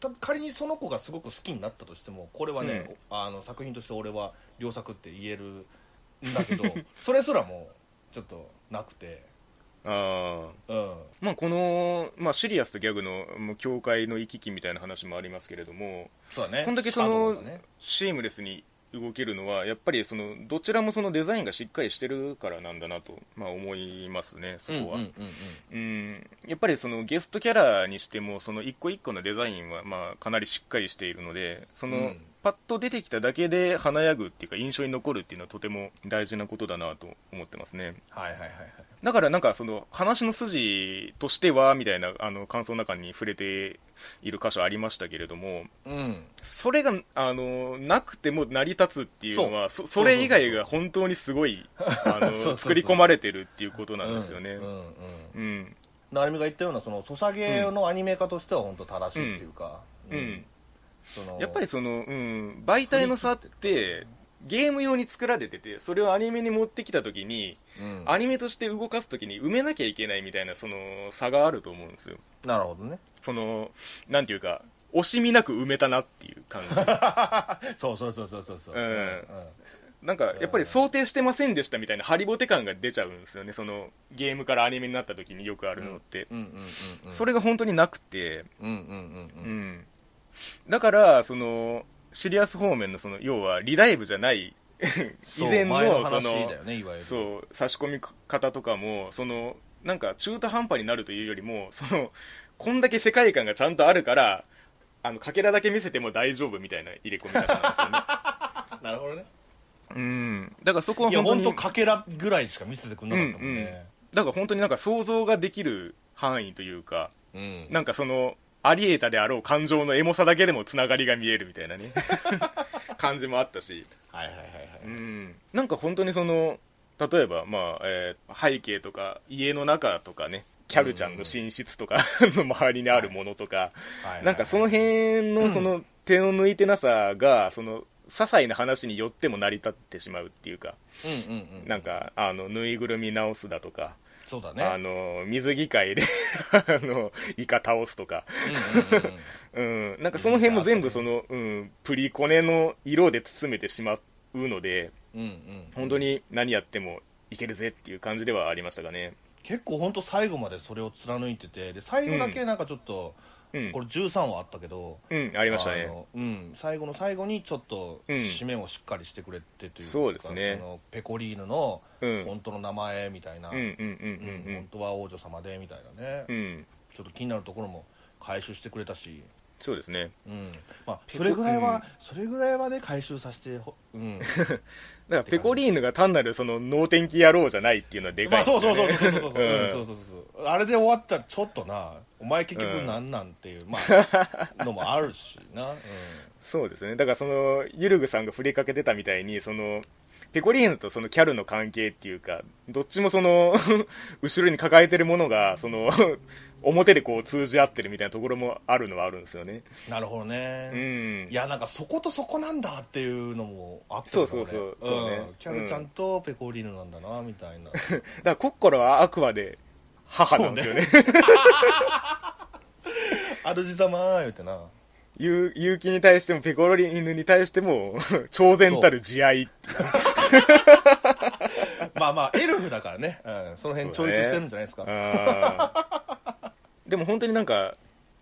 た仮にその子がすごく好きになったとしてもこれはね、あの作品として俺は良作って言えるんだけ どそれすらもちょっとなくて
ああ
うん
まあこの、まあ、シリアスとギャグのもう境界の行き来みたいな話もありますけれども
そうだね
こんだけそ
シャドウ
の
がね
シームレスに動けるのはやっぱりそのどちらもそのデザインがしっかりしてるからなんだなと、まあ、思いますねそ
うんうん
こは、
うん
う
うん
んやっぱりそのゲストキャラにしてもその一個一個のデザインはまあかなりしっかりしているのでその、
うん
パッと出てきただけで華やぐっていうか印象に残るっていうのはとても大事なことだなと思ってますね
はいはいはいはい
だからなんかその話の筋としてはみたいなあの感想の中に触れている箇所ありましたけれども
うん
それがあのなくても成り立つっていうのはそそれ以外が本当にすごいあ
そうそうそうそ
の
う
作り込まれてるっていうことなんですよね
うんうんうん
うん
なるみが言ったようなそのソシャゲのアニメ化としては本当正しいっていうか、
うん
その
やっぱりその、うん、媒体の差ってゲーム用に作られててそれをアニメに持ってきた時に
うん
アニメとして動かす時に埋めなきゃいけないみたいなその差があると思うんですよ
なるほどね
そのなんていうか惜しみなく埋めたなっていう感 じ
そうそうそうそうそうそう
うん
うん
なんかやっぱり想定してませんでしたみたいなハリボテ感が出ちゃうんですよねそのゲームからアニメになった時によくあるのって、
うんうんうん
それが本当になくて
うんうん
う
うんうん
ん、だからそのシリアス方面のその要はリライブじゃない以
そう
前の
前の
そ
話
の
だよねいわゆる
そう差し込み方とかもそのなんか中途半端になるというよりもそのこんだけ世界観がちゃんとあるからあのかけらだけ見せても大丈夫みたいな入れ込み方なんですよね
なるほどね
うんだからそこはい
や
本当に
本当かけらぐらいしか見せてくれなかったもんね
だから本当になんか想像ができる範囲というか
うん、
なんかそのありえたであろう感情のエモさだけでもつながりが見えるみたいな ね感じもあったし
はいはいはいは
う
い
ん、なんか本当にその例えば、まあえー背景とか家の中とかねキャルちゃんの寝室とかの周りにあるものとか、
はいはい
なんかその辺のその手の抜いてなさがその些細な話によっても成り立ってしまうっていうか
うんうんうん
なんかあのぬいぐるみ直すだとか、
そうだ
あ
ね
の水着会で あのイカ倒すとか、
うんうんうんうん
うん、なんかその辺も全部その、うん、プリコネの色で包めてしまうので。
うんうん
本当に何やってもいけるぜっていう感じではありましたかね。
結構本当最後までそれを貫いててで最後だけなんかちょっと、
うん、
これ13はあったけど
うん、ありました
あ
ね。
のうん、最後の最後にちょっと
うん
締めをしっかりしてくれてというか
そうですね
そのペコリーヌの
うん
本当の名前みたいな、
うん、うん、うん、
うん
うん、
本当は王女様でみたいなね、
うん、うん、
ちょっと気になるところも回収してくれたし、
そうですね。
うんまあ、
ペ
そ
コ
れぐらいは、
うん
それぐらいはね回収させてほ、 うん、
だからペコリーヌが単なるその能天気野郎じゃないっていうのはで
ま
かいで
あ
すね、
そうそうそうそうそうそうそ う,、
うん
うん、そうそうそうあれで終わったらちょっとなお前結局なんなんっていう、ま あのもあるしな、うん、
そうですね。だからそのユルグさんが振りかけてたみたいにその。ペコリーヌとそのキャルの 関係っていうかどっちもその 後ろに抱えてるものがその表でこう通じ合ってるみたいなところもあるのはあるんですよね。
なるほどね、
うん
いやなんかそことそこなんだっていうのもあった
そうそうそう
俺
そうね
んキャルちゃんとペコリーヌなんだなみたい な
だからコッコラはアクアで母なんですよね
主様言うてな
ゆ 結城に対してもペコロリーヌに対しても 超然たる慈愛
まあまあエルフだからね、うん、その辺ちょいちょいしてるんじゃないですか、
あーでも本当になんか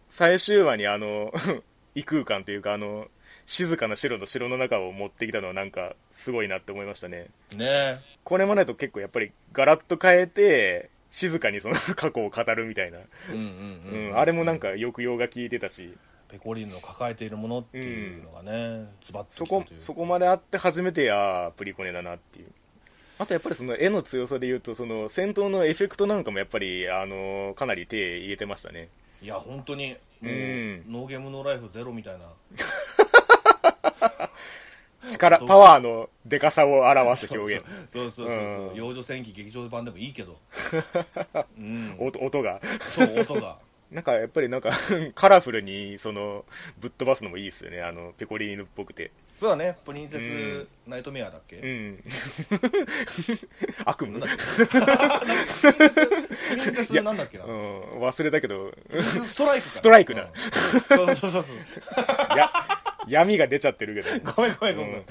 最終話にあの 異空間というかあの静かな城の城の中を持ってきたのはなんかすごいなって思いましたね
ね
これまでと結構やっぱりガラッと変えて静かにその 過去を語るみたいな、
うんうん
う
うん、
んあれもなんか抑揚が効いてたし
ペコリーヌの抱えているものっていうのがね、ズバッと
そ
きた
こと
いう
そこまであって初めてああプリコネだなっていうあとやっぱりその絵の強さで言うとその戦闘のエフェクトなんかもやっぱりあのかなり手入れてましたね
いや本当にもう、
うん
ノーゲームノーライフゼロみたいな
力パワーのでかさを表す表現
そうそうそうそうそう、
うん
幼女戦記劇場版でもいいけ ど、うん、
音音が
そう音が
なんかやっぱりなんか カラフルにそのぶっ飛ばすのもいいですよねあのペコリーヌっぽくて
そうだねプリンセス
う
ナイトメアだっ
う
け、
ん悪夢
なんだっけプリンセスプリンセスなんだっけな
う
プ
ん忘れたけど
リンセスストライクかス
トライクだ
そうそうそうそう
や闇が出ちゃってるけど
ごめんごめんごめん、
うん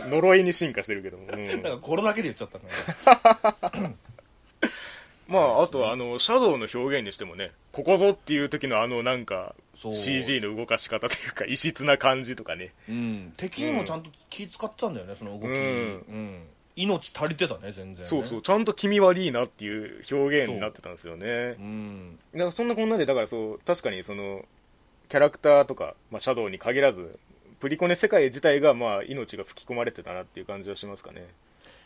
の呪いに進化してるけども、うん
なんかこれだけで言っちゃったね
まああとはあのシャドウの表現にしてもねここぞっていう時のあのなんか
そう
CG の動かし方というか異質な感じとかね
うん、敵にもちゃんと気使ってたんだよねその動き、う
うんん
命足りてたね全然ね
そうそうちゃんと気味悪いなっていう表現になってたんですよね
うん
だからそんなこんなでだからそう確かにそのキャラクターとか、まあ、シャドウに限らずプリコネ世界自体がまあ命が吹き込まれてたなっていう感じはしますかね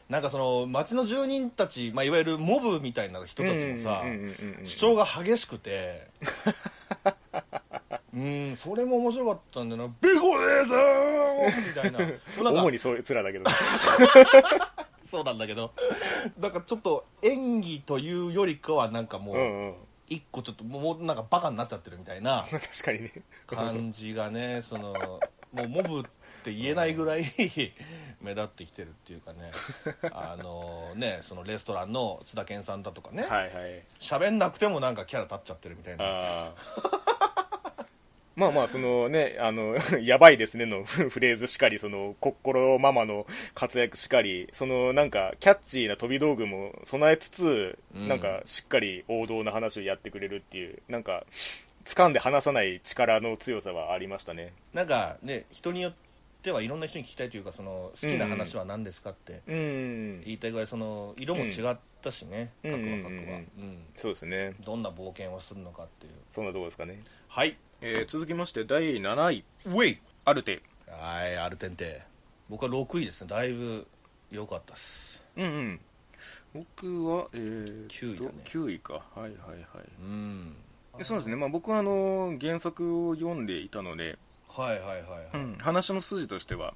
なんかその町の住人たち、まあ、いわゆるモブみたいな人たちもさ、
うんうんうんうんうん
主張が激しく てうんそれも面白かったんだよな「ビコネさん!」みたいな なんか
主にそいつらだけど
そうなんだけどなんかちょっと演技というよりかはなんかも
う、
うん
うん、
一個ちょっともうなんかバカになっちゃってるみたいな
確かにね
感じがねそのもうモブって言えないぐらい 目立ってきてるっていうかねあのねそのレストランの津田健さんだとかね
はいはい
喋、んなくてもなんかキャラ立っちゃってるみたいな
あーまあまあそのねあの 「やばいですね」の フレーズしかりその心ママの活躍しかりそのなんかキャッチーな飛び道具も備えつつ、
うん
なんかしっかり王道な話をやってくれるっていうなんか掴んで離さない力の強さはありましたね
なんかね人によってはいろんな人に聞きたいというかその好きな話は何ですかって
うん
言いたいぐらいその色も違ったしね、
うんううん
各は各は、うん
うんうん
ん
そうですね
どんな冒険をするのかっていう
そんなとこですかね、
はい
続きまして第7位
ウェイ
アルテ
はいアルテンテ僕は6位ですねだいぶ良かったっす
うんうん僕は、え
9位だね
9位かはいはいはい
うん
でそうですね、まあ、僕はあの原作を読んでいたので、
はいはいはいはい、
話の筋としては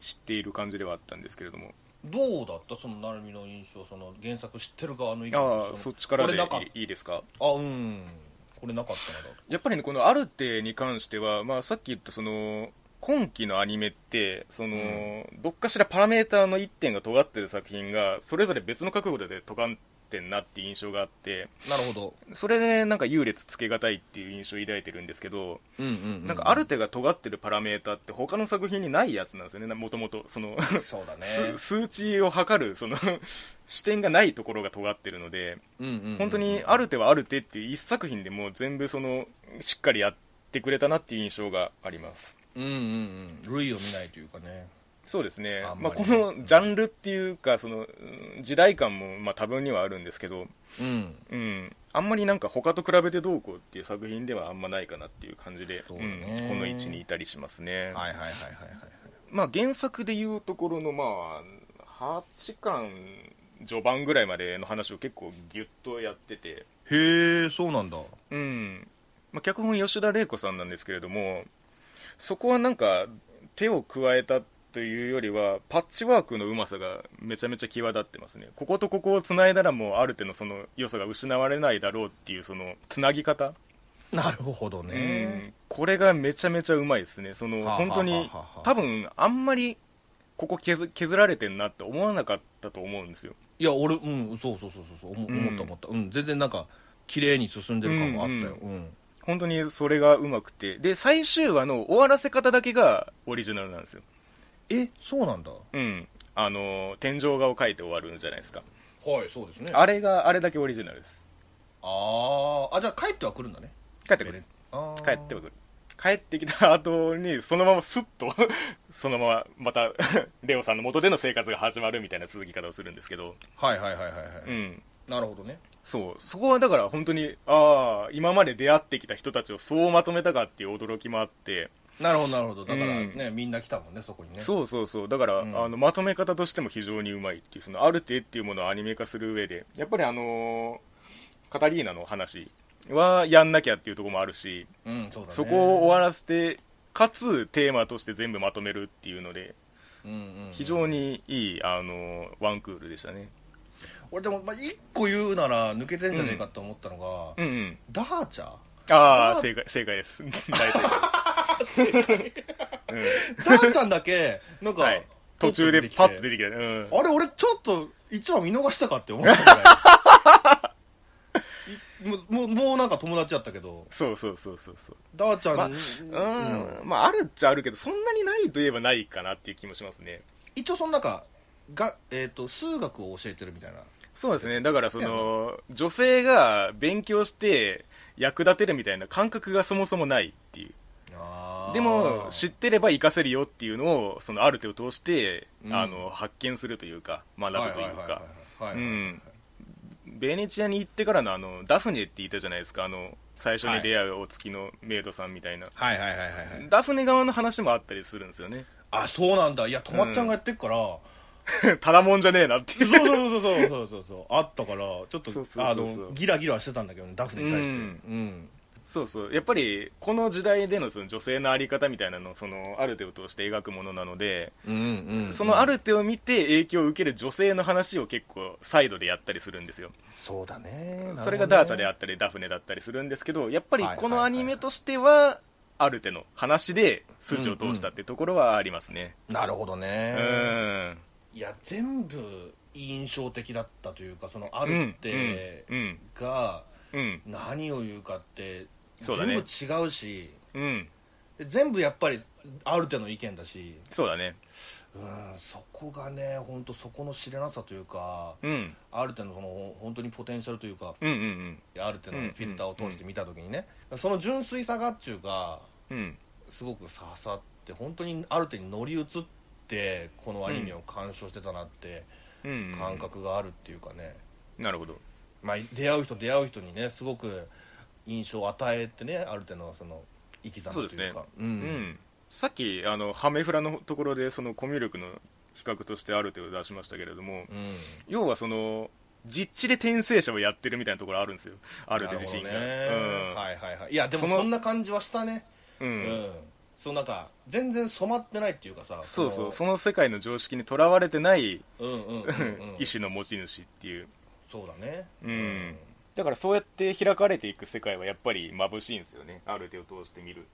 知っている感じではあったんですけれども
どうだったその成美の印象その原作知ってる側の意見
ああそっちから
こ
で
れなかっ
いいいですか
あうんこれなかったなだ
やっぱりねこの「アルテ」に関しては、まあ、さっき言ったその今期のアニメってその、どっかしらパラメーターの1点が尖ってる作品がそれぞれ別の覚悟で尖ってんなっていう印象があって
なるほど
それでなんか優劣つけがたいっていう印象を抱いてるんですけど、
うんうん、
なんかアルテが尖ってるパラメーターって他の作品にないやつなんですよねもともとその
そうだね
数数値を測るその 視点がないところが尖ってるので
うんうんうん
本当にある手はある手っていう一作品でもう全部そのしっかりやってくれたなっていう印象があります
うんうんうん類を見ないというかね
そうですね
あん
ま
ま
あ、
り
こ
ね
のジャンルっていうかそのうん時代感もまあ多分にはあるんですけど、
うん
うん、あんまりなんか他と比べてどうこうっていう作品ではあんまないかなっていう感じで
そうだね
うんこの位置にいたりしますね、
はいはいはいはいはい
まあ、原作でいうところの、まあ、8巻序盤ぐらいまでの話を結構ギュッとやってて、
へえそうなんだ
うんまあ、脚本吉田玲子さんなんですけれどもそこはなんか手を加えたというよりはパッチワークのうまさがめちゃめちゃ際立ってますねこことここをつないだらもうある程度その良さが失われないだろうっていうそのつなぎ方、
なるほど
う
ね
ん、これがめちゃめちゃうまいですねその
はあはあはあ
本当に
はあ
多分あんまりここ削削られてんなって思わなかったと思うんですよ
いや俺うんそうそうそうそうそう思
うん
思った思った、うん、全然なんか綺麗に進んでる感もあったよ、うん
本当にそれがうまくてで最終話の終わらせ方だけがオリジナルなんですよ
えそうなんだは
うんあの天井画を描いて終わるんじゃないですか
いそうですねあ
あれがあれだけオリジナルです
あーあじゃあ帰っては来るんだね
帰ってくる
あー
帰ってくる帰ってきた後にそのまますっと そのまままたレオさんの元での生活が始まるみたいな続き方をするんですけど
はいはいはいはいはい、
うん
なるほどね
そうそこはだから本当にああ今まで出会ってきた人たちをそうまとめたかっていう驚きもあって、
なるほどなるほどだから
うん
ね、みんな来たもんねそこにね
そうそうそうだから、
うん
あのまとめ方としても非常にうまいっていうそのある程っていうものをアニメ化する上でやっぱりあのーカタリーナの話はやんなきゃっていうところもあるし
うんそうだね
そこを終わらせてかつテーマとして全部まとめるっていうので
うんうんうん
非常にいい、あのーワンクールでしたね
俺でも、まあ、一個言うなら抜けてんじゃねえかと思ったのが、
うんうん
ダーチャ
あ
あ
あ
ー
正解正解です大正解、うん
ダーちゃんだけなんか、
はい、途中でパッと出てきた、うん、
あれ俺ちょっと一話見逃したかって思ったぐらいいもうもうもうなんか友達やったけど
そうそうそうそうそう
ダーちゃん、
まあ
うん
うんまああるっちゃあるけどそんなにないといえばないかなっていう気もしますね
一応その中が、えー、と数学を教えてるみたいな
そうですねだからその女性が勉強して役立てるみたいな感覚がそもそもないっていうでも知ってれば活かせるよっていうのをそのある手を通して、
うん
あの発見するというか学ぶというか
はいはいはいはいはいはい
うんベネチアに行ってからのあのダフネって言ったじゃないですかあの最初に出会うお月のメイドさんみたいな、
はいはいはいはいはい
ダフネ側の話もあったりするんですよね
あそうなんだいやとまっちゃんがやってっから、
ただもんじゃねえなっていう
そうそうそうそうそうそう あったからちょっと
そうそうそうそう
あのギラギラしてたんだけどねダフネに対して
う
うんん、
そうそうやっぱりこの時代でのその女性のあり方みたいなのをそのアルテを通して描くものなので、
うんうん
そのアルテを見て影響を受ける女性の話を結構サイドでやったりするんですよ
そうだね
それがダーチャであ
っ
ったりダフネだったりするんですけどやっぱり
はい
このアニメとしてはアルテの話で筋を通したってところはありますね
なるほどね
うん、
いや全部印象的だったというかそのあ
うん
るって
うん
が
うん
何を言うかって
そうだ
全部
ね
違うし
うん、うん、
で全部やっぱりある程度の意見だし
そうだね
うんそこがね本当そこの知れなさというか
うん
ある程度のその本当にポテンシャルというか
うんうん
ある程度のフィルターを通して見た時にねその純粋さがっていうか
うんうん
すごく刺さって本当にある程度に乗り移ってこのアニメを鑑賞してたなって
うん
感覚があるっていうかね、
なるほど
まあ、出会う人出会う人にねすごく印象を与えてねある程度のその生き様というか
そうですね
うん
うん、さっきあのハメフラのところでそのコミュ力の比較としてある程度出しましたけれども、
うん
要はその実地で転生者をやってるみたいなところあるんですよある
なる
程度
ほ
自
ど
身
ね
が、
はいはいはいいやでも
その
そんな感じはしたね
うん
う、
うんん
そうなんか全然染まってないっていうかさ
そうそうそ
の
の世界の常識にとらわれてない、、
うんうんうん、うん
意志の持ち主っていう
そうだね
うんだからそうやって開かれていく世界はやっぱり眩しいんですよねある程度通してみる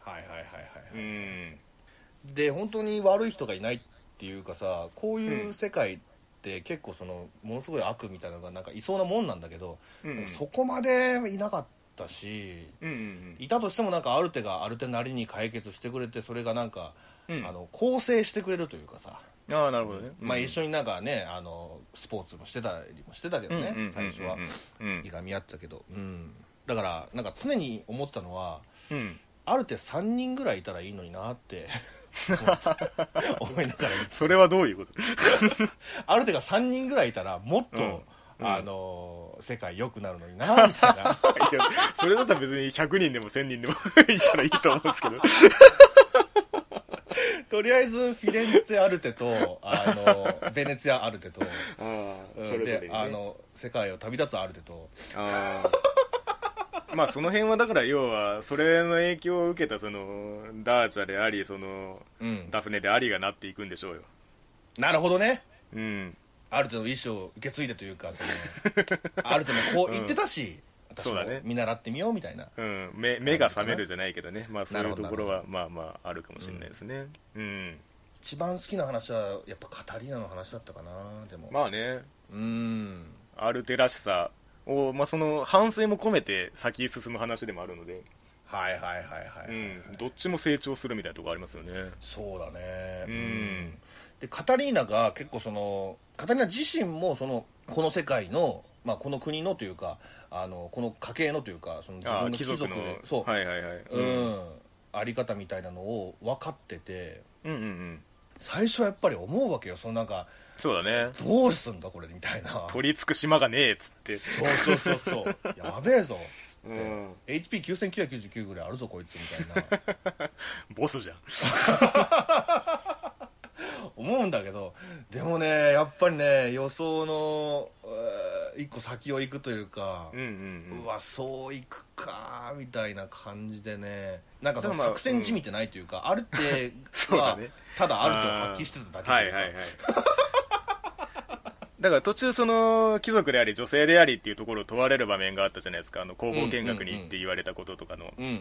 はいはいはいはい、
うん
で本当に悪い人がいないっていうかさこういう世界って結構そのものすごい悪みたいなのがなんかいそうなもんなんだけど、
うんうん
なんかそこまでいなかったし
うんうん
いたとしてもなんかある手がある手なりに解決してくれてそれがなんか、
うん
あの構成してくれるというかさ、
うんああなるほどね、
まあ、一
緒
緒になんかねあのスポーツもしてたりもしてたけどね、最初は、
うんうん
いがみ合ってたけど、うん、だからなんか常に思ったのは
うん
ある手3人ぐらいいたらいいのになって 思いながら見て
それはどういうこと
ある手が3人ぐらいいたらもっと、
うん
あのー世界良くなるのになみたい な
いやそれだったら別に100人でも1000人でも いたらいいと思うんですけど
とりあえずフィレンツェアルテと、あのーベネツィアアルテと、うんであの世界を旅立つアルテと
あまあその辺はだから要はそれの影響を受けたそのダーチャでありその
うん、
ダフネでありがなっていくんでしょうよ
なるほどね
うん
ある程度の意思を受け継いでというか そのある程度こう言ってたし、私
そう
も
だね
見習ってみようみたいな
うん、目目が覚めるじゃないけどね、まあ、そう
ないる
う
ほ
と
ど
ころはまあまああるかもしれないですね、うん、
一番好きな話はやっぱカタリーナの話だったかなでも、
まあね、
うん
アルテらしさを、まあ、その反省も込めて先に進む話でもあるので、
はいはいはいはい、
うん、どっちも成長するみたいなところありますよね、
そうだね
うん
でカタリーナが結構そのカタリーナ自身もそのこの世界の、まあ、この国のというかあのこの家系のというかその自
あ
分
あ
の貴
貴
族
族
で
の、
そう、
はいはいはい、
う
うんう
ん
ん
あり方みたいなのを分かってて
うんうん、
最初はやっぱり思うわけよそのなんか
そうだね、
どうすんだこれみたいな
取りつく島がねえっつって、
そうそうそうそうやべえぞ
う
って
ん、
HP9999 ぐらいあるぞこいつみたいな
ボスじゃん、
思うんだけどでもねやっぱりね予想の、えー一個先を行くというか
うん、うん
うわそういくかみたいな感じでねなんかその
だからまあ
作戦じみてないというか、あるって
そうだ
は、
ね
ただあると発揮してただけと
はいいう
か
はいはい だから途中その貴族であり女性でありっていうところを問われる場面があったじゃないですかあの工房見学に行って言われたこととかの、
うんうんう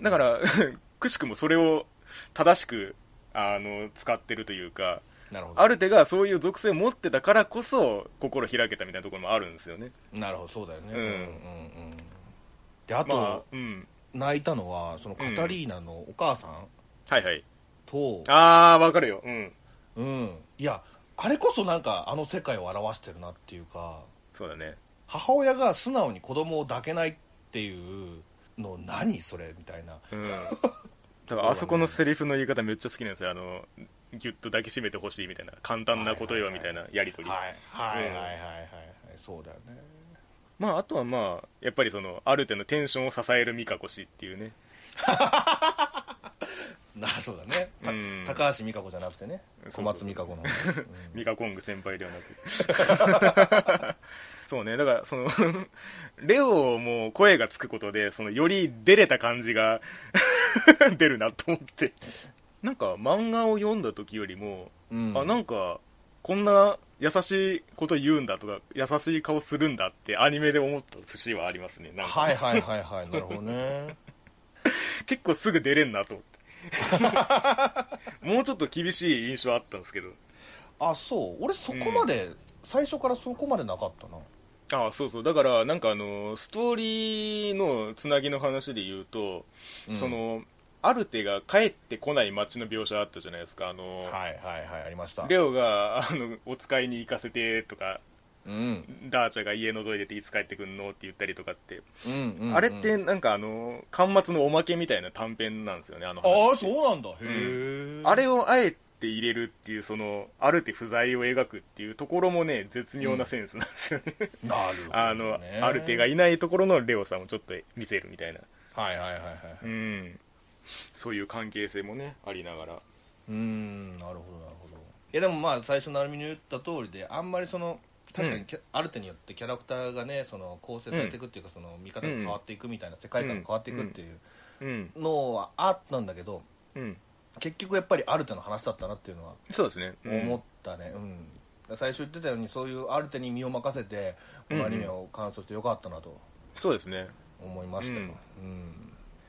ん
だから くしくもそれを正しくあの使ってるというか
なるほ
ア
ど
ルテがそういう属性を持ってたからこそ心開けたみたいなところもあるんですよね
なるほどそうだよね
うん
うんうんうんであと、
まあうん
泣いたのはそのカタリーナのお母さん
はいはい
と、
ああわかるようん
うんいやあれこそなんかあの世界を表してるなっていうか
そうだね
母親が素直に子供を抱けないっていうの何それみたいな
うんだからあそこのセリフの言い方めっちゃ好きなんですよあのギュッと抱きしめてほしいみたいな簡単なことよみたいなやり取り
はいはいはいはいはいはい、そうだよね
まあ、あとはまあやっぱりそのある程度のテンションを支える美香子氏っていうね
なそうだね、た
うん
高橋美香子じゃなくてね
そ
小
うそう
松美香 子の、うん
美香コング先輩ではなく そうねだからそのレオも声がつくことでそのより出れた感じが 出るなと思ってなんか漫画を読んだ時よりも、
うん
あなんかこんな優しいこと言うんだとか優しい顔するんだってアニメで思った節はありますねなんか
はいはいはいはいなるほどね
結構すぐ出れんなと思 ってもうちょっと厳しい印象あったんですけど
あそう俺そこまで、最初からそこまでなかったな
あそうそうだからなんかあのストーリーのつなぎの話で言うと、
うん
そのアルテが帰ってこない街の描写あったじゃないですかあの、
はいはいはいありました
レオがあのお使いに行かせてとか
うん、うん
ダーチャが家覗いてていつ帰ってくんのって言ったりとかって、
うんうん
あれってなんかあの巻末のおまけみたいな短編なんですよねあの話
ああそうなんだへえ、
あれをあえて入れるっていうそのある手不在を描くっていうところもね絶妙なセンスなんですよね、
なるほど、ね、
あのアルテがいないところのレオさんをちょっと見せるみたいな
はいはいはいはい
うんそういう関係性もねありながら
うーんなるほどなるほどいやでもまあ最初成美の言った通りであんまりその確かにキャ、アルテによってキャラクターがねその構成されていくっていうか、その見方が変わっていくみたいな、世界観が変わっていくっていう
うん
のはあったんだけど
うん
結局やっぱりアルテの話だったなっていうのは
そうですね
思ったねうん、最初言ってたようにそういうアルテに身を任せてこのアニメを完走してよかったなと
そうですね
思いましたよ、うん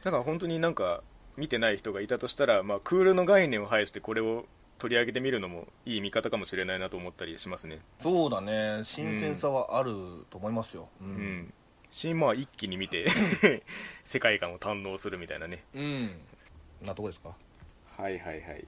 だから本当になんか見てない人がいたとしたら、まあ、クールの概念を排してこれを取り上げてみるのもいい見方かもしれないなと思ったりしますね
そうだね新鮮さはあると思いますよう、
うんんし、まあ、一気に見 て世界観を堪能するみたいなね
うん、なとこですか
はいはいはい